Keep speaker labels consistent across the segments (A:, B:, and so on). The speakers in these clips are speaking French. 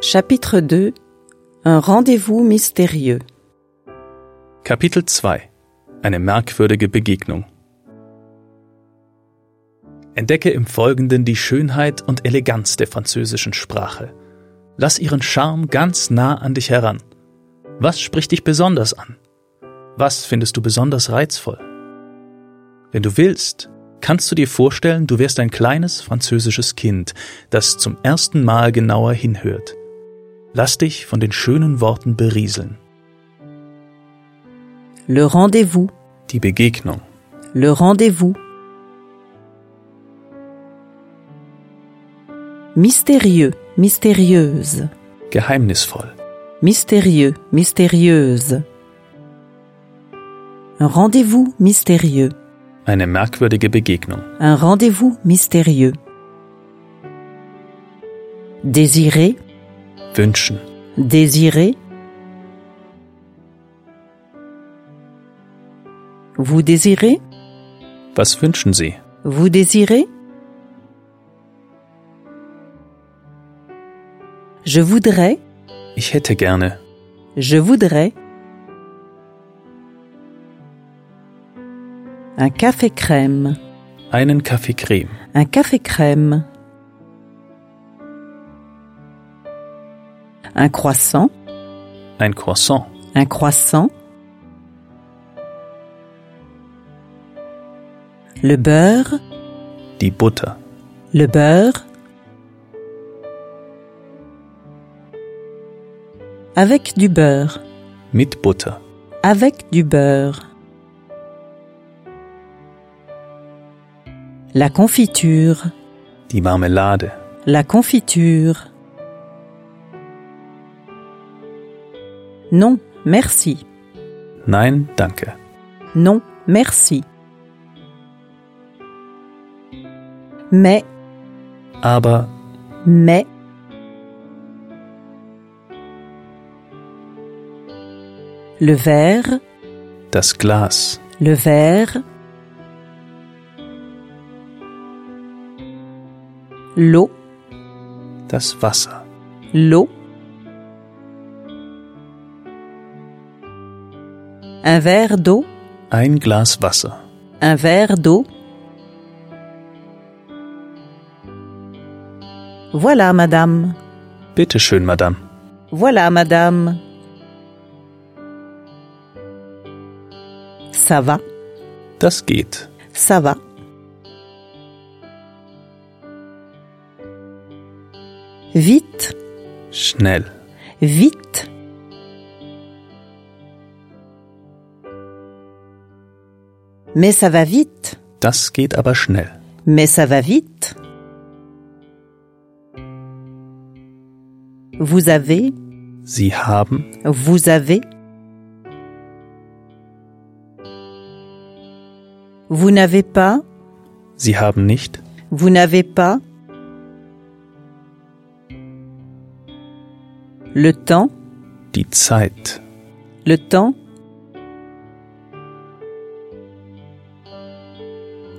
A: Chapitre 2 Un rendez-vous mystérieux
B: Kapitel 2 Eine merkwürdige Begegnung Entdecke im Folgenden die Schönheit und Eleganz der französischen Sprache. Lass ihren Charme ganz nah an dich heran. Was spricht dich besonders an? Was findest du besonders reizvoll? Wenn du willst, kannst du dir vorstellen, du wärst ein kleines französisches Kind, das zum ersten Mal genauer hinhört. Lass dich von den schönen Worten berieseln.
A: Le rendez-vous,
B: Die Begegnung.
A: le rendez-vous. Mystérieux, mystérieuse,
B: Geheimnisvoll.
A: mystérieux, mystérieuse. Un rendez-vous mystérieux,
B: Eine merkwürdige Begegnung.
A: un rendez-vous mystérieux. Désiré,
B: Wünschen.
A: Désirez Vous désirez
B: Was wünschen Sie?
A: Vous désirez Je voudrais,
B: Ich hätte gerne.
A: je voudrais un café crème,
B: Einen Kaffee Creme.
A: un café crème, un croissant,
B: Ein Croissant.
A: un croissant, le beurre,
B: Die Butter.
A: le beurre, avec du beurre,
B: Mit Butter.
A: avec du beurre, la confiture,
B: Die Marmelade.
A: la confiture. Non, merci.
B: Nein, danke.
A: Non, merci. Mais,
B: Aber
A: mais. Le verre,
B: das Glas.
A: le verre. L'eau,
B: Das Wasser.
A: l'eau. Un verre d'eau,
B: Ein Glas Wasser.
A: un verre d'eau. Voilà, madame.
B: Bitte schön, Madame.
A: Voilà, madame. Ça va,
B: Das geht.
A: ça va. Vite,
B: Schnell.
A: vite. Mais ça va vite.
B: Das geht aber schnell.
A: Mais ça va vite. Vous avez,
B: Sie haben
A: vous avez. Vous n'avez pas,
B: Sie haben nicht
A: vous n'avez pas. Le temps,
B: die Zeit.
A: le temps.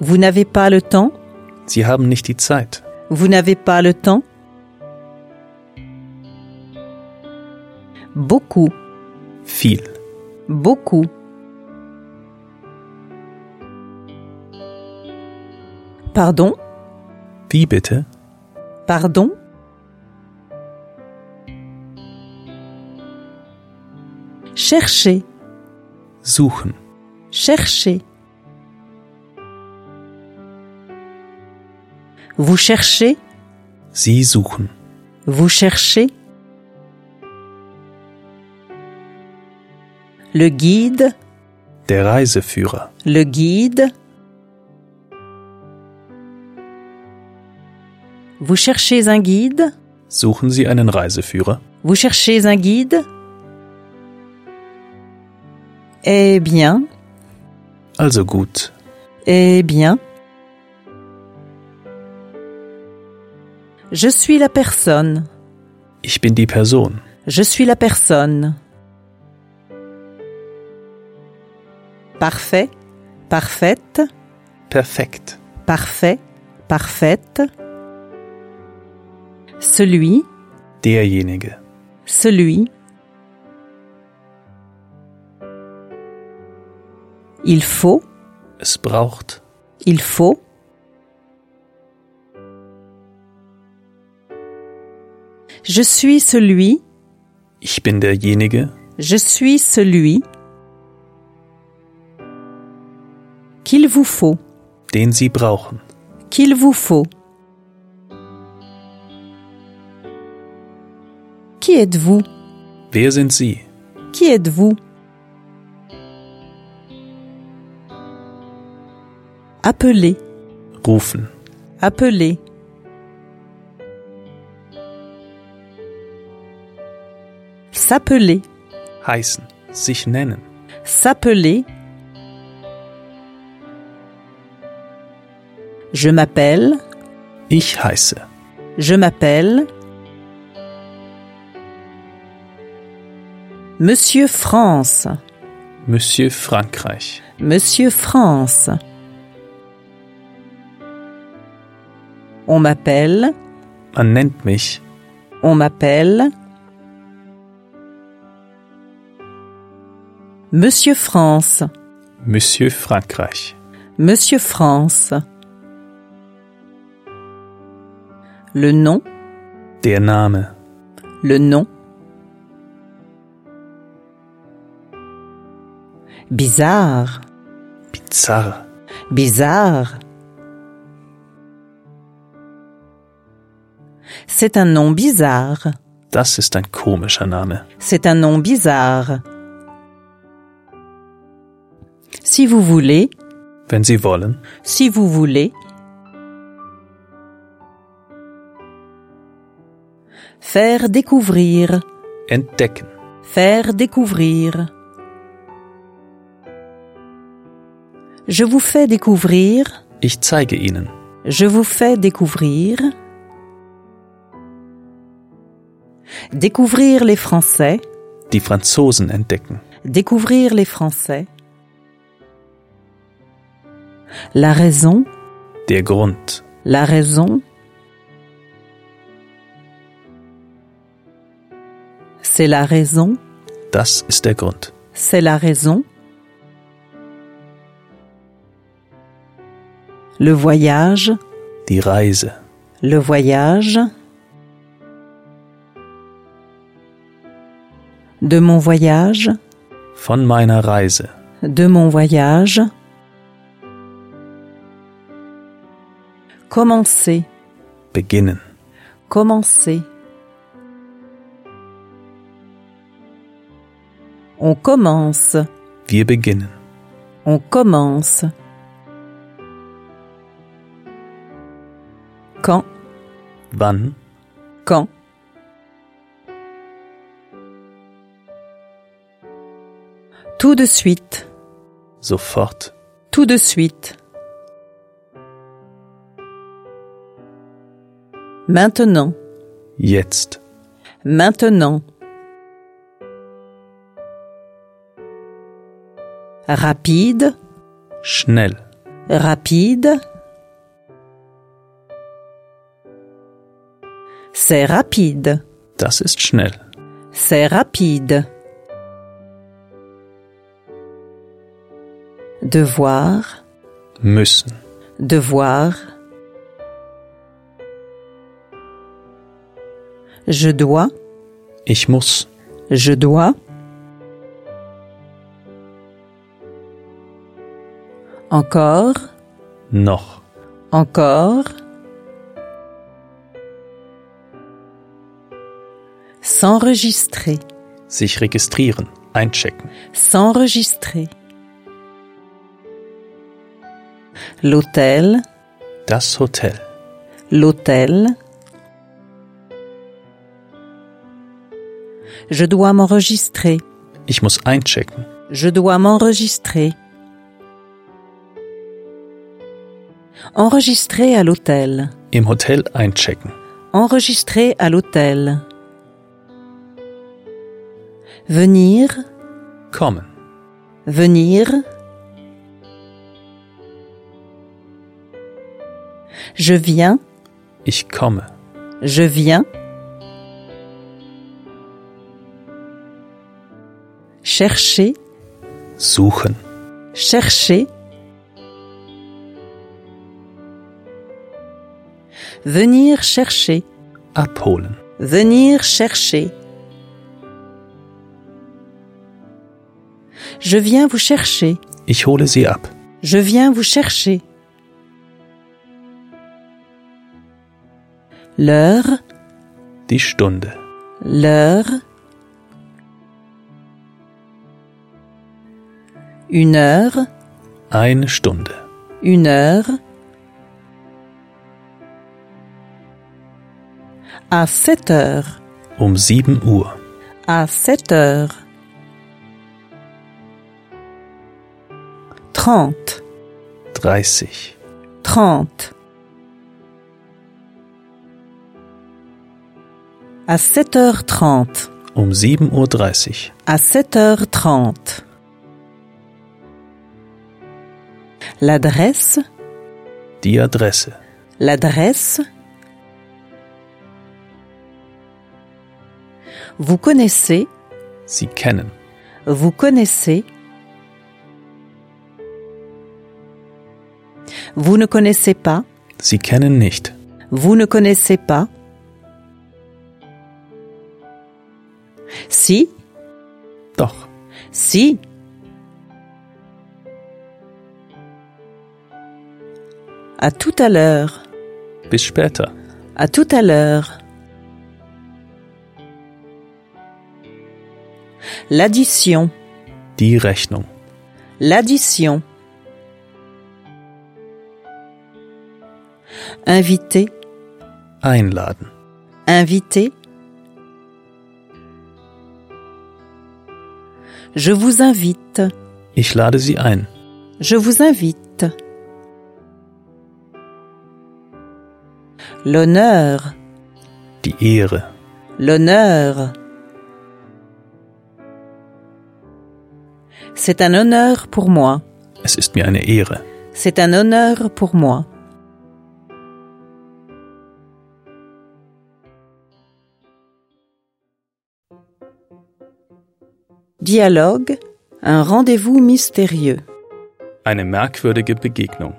A: Vous n'avez pas le temps
B: Sie haben nicht die Zeit.
A: Vous n'avez pas le temps Beaucoup,
B: Viel.
A: beaucoup. Pardon,
B: Wie bitte?
A: pardon. Cherchez,
B: Suchen.
A: cherchez. Vous cherchez
B: Sie suchen.
A: Vous cherchez le guide,
B: Der Reiseführer.
A: le guide. Vous cherchez un guide,
B: Suchen Sie einen Reiseführer?
A: vous cherchez un guide. Eh bien,
B: Also gut.
A: eh bien. Je suis la personne.
B: Ich bin die Person.
A: Je suis la personne. Parfait, parfaite,
B: Perfekt.
A: parfait, parfaite. Celui,
B: derjenige,
A: celui. Il faut,
B: es braucht,
A: il faut. Je suis celui,
B: ich bin derjenige,
A: je suis celui qu'il vous faut,
B: den sie brauchen.
A: qu'il vous faut. Qui êtes-vous
B: Wer sind sie?
A: Qui êtes-vous Appelez,
B: Rufen,
A: appelez. S'appeler,
B: heißen, sich nennen,
A: s'appeler. Je m'appelle,
B: ich heiße,
A: je m'appelle. Monsieur France,
B: Monsieur Frankreich,
A: Monsieur France. On m'appelle,
B: man nennt mich
A: on m'appelle. Monsieur France,
B: Monsieur Frankreich,
A: Monsieur France. Le nom,
B: der Name,
A: le nom. Bizarre,
B: bizarr,
A: bizarre. C'est un nom bizarre.
B: das ist ein komischer Name.
A: C'est un nom bizarre. Si vous voulez,
B: Wenn Sie wollen,
A: si vous voulez. Faire découvrir,
B: entdecken,
A: faire découvrir. Je vous fais découvrir,
B: ich zeige Ihnen,
A: je vous fais découvrir. Découvrir les Français,
B: die Franzosen entdecken,
A: Découvrir les Français. La raison,
B: der Grund,
A: la raison. C'est la raison,
B: das ist der Grund.
A: c'est la raison. Le voyage,
B: Die Reise,
A: le voyage. De mon voyage,
B: von meiner Reise,
A: de mon voyage. Commencer,
B: beginnen,
A: commencer. On commence,
B: wir beginnen,
A: on commence. Quand,
B: wann,
A: quand. Tout de suite.
B: sofort,
A: Tout de suite. Maintenant,
B: jetzt,
A: maintenant. Rapide,
B: schnell,
A: rapide. C'est rapide,
B: das ist schnell,
A: c'est rapide. Devoir,
B: müssen,
A: Devoir. Je dois,
B: ich muss,
A: je dois. Encore,
B: noch,
A: encore. S'enregistrer,
B: sich registrieren, einchecken,
A: s'enregistrer. L'hôtel,
B: das Hotel,
A: L'hôtel. Je dois m'enregistrer.
B: ich muss einchecken,
A: Je dois m'enregistrer. Enregistrer à l'hôtel.
B: im Hotel einchecken,
A: Enregistrer à l'hôtel. Venir,
B: kommen,
A: venir. Je viens,
B: ich komme,
A: je viens. chercher,
B: suchen,
A: chercher. Venir chercher,
B: abholen,
A: venir chercher. Je viens vous chercher,
B: ich hole sie ab,
A: je viens vous chercher. L'heure,
B: die Stunde,
A: l'heure. Une heure,
B: eine Stunde,
A: une heure. À sept heures,
B: um 7 Uhr,
A: à sept heures. Trente,
B: 30,
A: trente. À sept heures trente,
B: um 7.30 Uhr,
A: à sept heures trente. L'adresse,
B: die Adresse,
A: L'adresse Vous connaissez,
B: sie kennen,
A: vous connaissez. Vous ne connaissez pas,
B: sie kennen nicht,
A: vous ne connaissez pas. Si,
B: doch,
A: si. À tout à l'heure.
B: bis später,
A: À tout à l'heure. L'addition,
B: die Rechnung,
A: l'addition. Invité,
B: einladen,
A: invité. Je vous invite,
B: ich lade sie ein,
A: je vous invite. L'honneur,
B: die Ehre,
A: L'honneur. C'est un honneur pour moi.
B: es ist mir eine Ehre,
A: C'est un honneur pour moi. Dialogue, un rendez-vous mystérieux.
B: Eine merkwürdige Begegnung.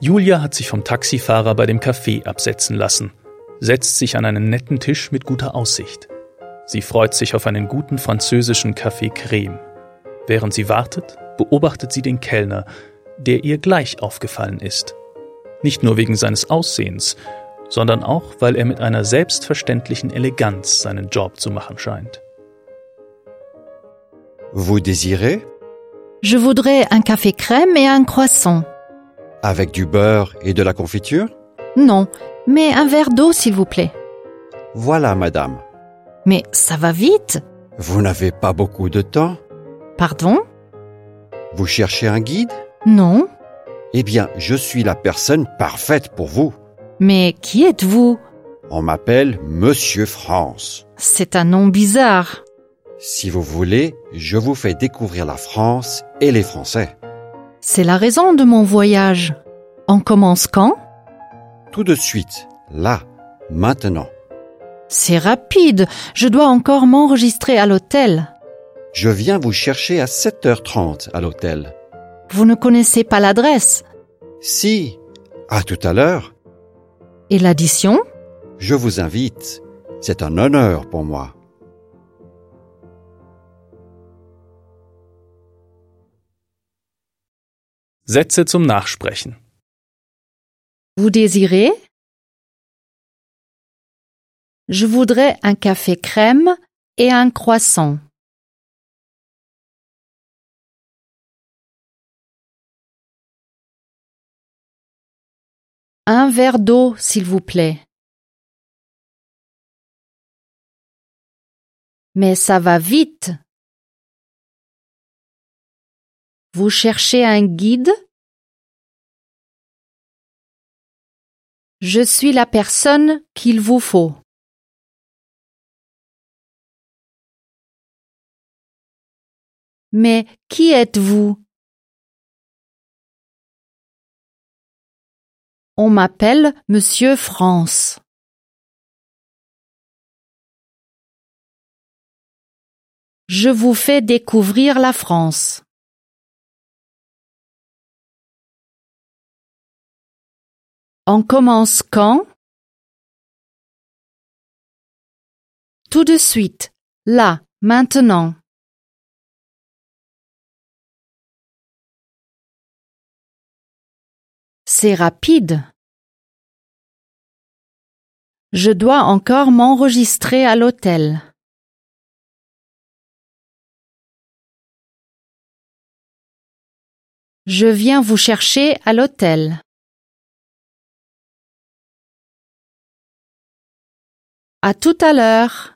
B: Julia hat sich vom Taxifahrer bei dem Café absetzen lassen, setzt sich an einen netten Tisch mit guter Aussicht. Sie freut sich auf einen guten französischen Kaffee Creme. Während sie wartet, beobachtet sie den Kellner, der ihr gleich aufgefallen ist. Nicht nur wegen seines Aussehens, sondern auch, weil er mit einer selbstverständlichen Eleganz seinen Job zu machen scheint.
C: Vous désirez
D: Je voudrais un café crème et un croissant.
C: Avec du beurre et de la confiture
D: Non, mais un verre d'eau s'il vous plaît.
C: Voilà, madame.
D: Mais ça va vite.
C: Vous n'avez pas beaucoup de temps
D: Pardon
C: Vous cherchez un guide
D: Non.
C: Eh bien, je suis la personne parfaite pour vous.
D: Mais qui êtes-vous
C: On m'appelle Monsieur France.
D: C'est un nom bizarre.
C: Si vous voulez, je vous fais découvrir la France et les Français.
D: C'est la raison de mon voyage. On commence quand
C: Tout de suite, là, maintenant.
D: C'est rapide. Je dois encore m'enregistrer à l'hôtel.
C: Je viens vous chercher à 7h30 à l'hôtel.
D: Vous ne connaissez pas l'adresse.
C: Si, à tout à l'heure,
D: Et l'addition
C: je vous invite. C'est un honneur pour moi.
B: Sätze zum Nachsprechen.
D: Vous désirez Je voudrais un café crème et un croissant. Un verre d'eau, s'il vous plaît. Mais ça va vite. Vous cherchez un guide Je suis la personne qu'il vous faut. Mais qui êtes-vous On m'appelle Monsieur France. Je vous fais découvrir la France. On commence quand Tout de suite, là, maintenant. C'est rapide. Je dois encore m'enregistrer à l'hôtel. Je viens vous chercher à l'hôtel. À tout à l'heure.